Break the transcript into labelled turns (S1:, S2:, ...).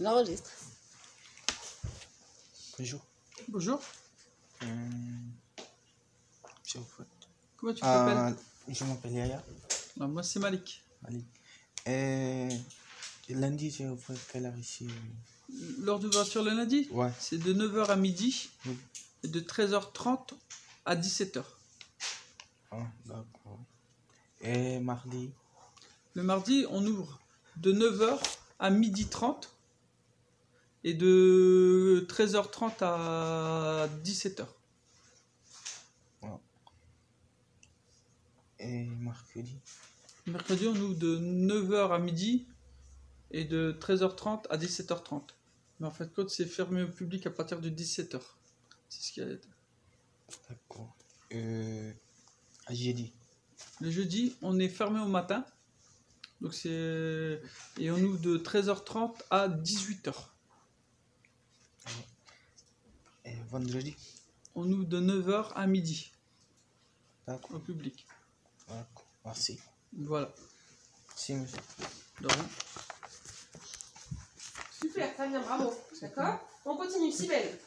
S1: On enregistre.
S2: Bonjour.
S3: Bonjour,
S2: Euh, c'est au fait.
S3: comment tu t'appelles
S2: Euh, je m'appelle Yaya
S3: Non, Moi c'est Malik.
S2: Malik. Et lundi, j'ai ouvert quelle heure ici
S3: L'heure d'ouverture le lundi,
S2: Ouais.
S3: c'est de 9h à midi
S2: Oui.
S3: et de 13h30 à 17h.
S2: Ah, d'accord. Et mardi,
S3: Le mardi, on ouvre de 9h à 12h30 et de 13h30 à 17h.
S2: et mercredi,
S3: Mercredi, on ouvre de 9h à midi et de 13h30 à 17h30. Mais en fait, compte, c'est fermé au public à partir de 17h. C'est ce qu'il y a.
S2: d'accord. Euh, à jeudi,
S3: Le jeudi, on est fermé au matin. Donc c'est et on ouvre de 13h30 à 18h.
S2: et vendredi,
S3: On ouvre de 9h à midi
S2: d'accord.
S3: au public.
S2: D'accord. Merci.
S3: Voilà.
S2: Merci, monsieur.
S3: De rien.
S4: Super, très bien, bravo. D'accord On continue, Sibelle.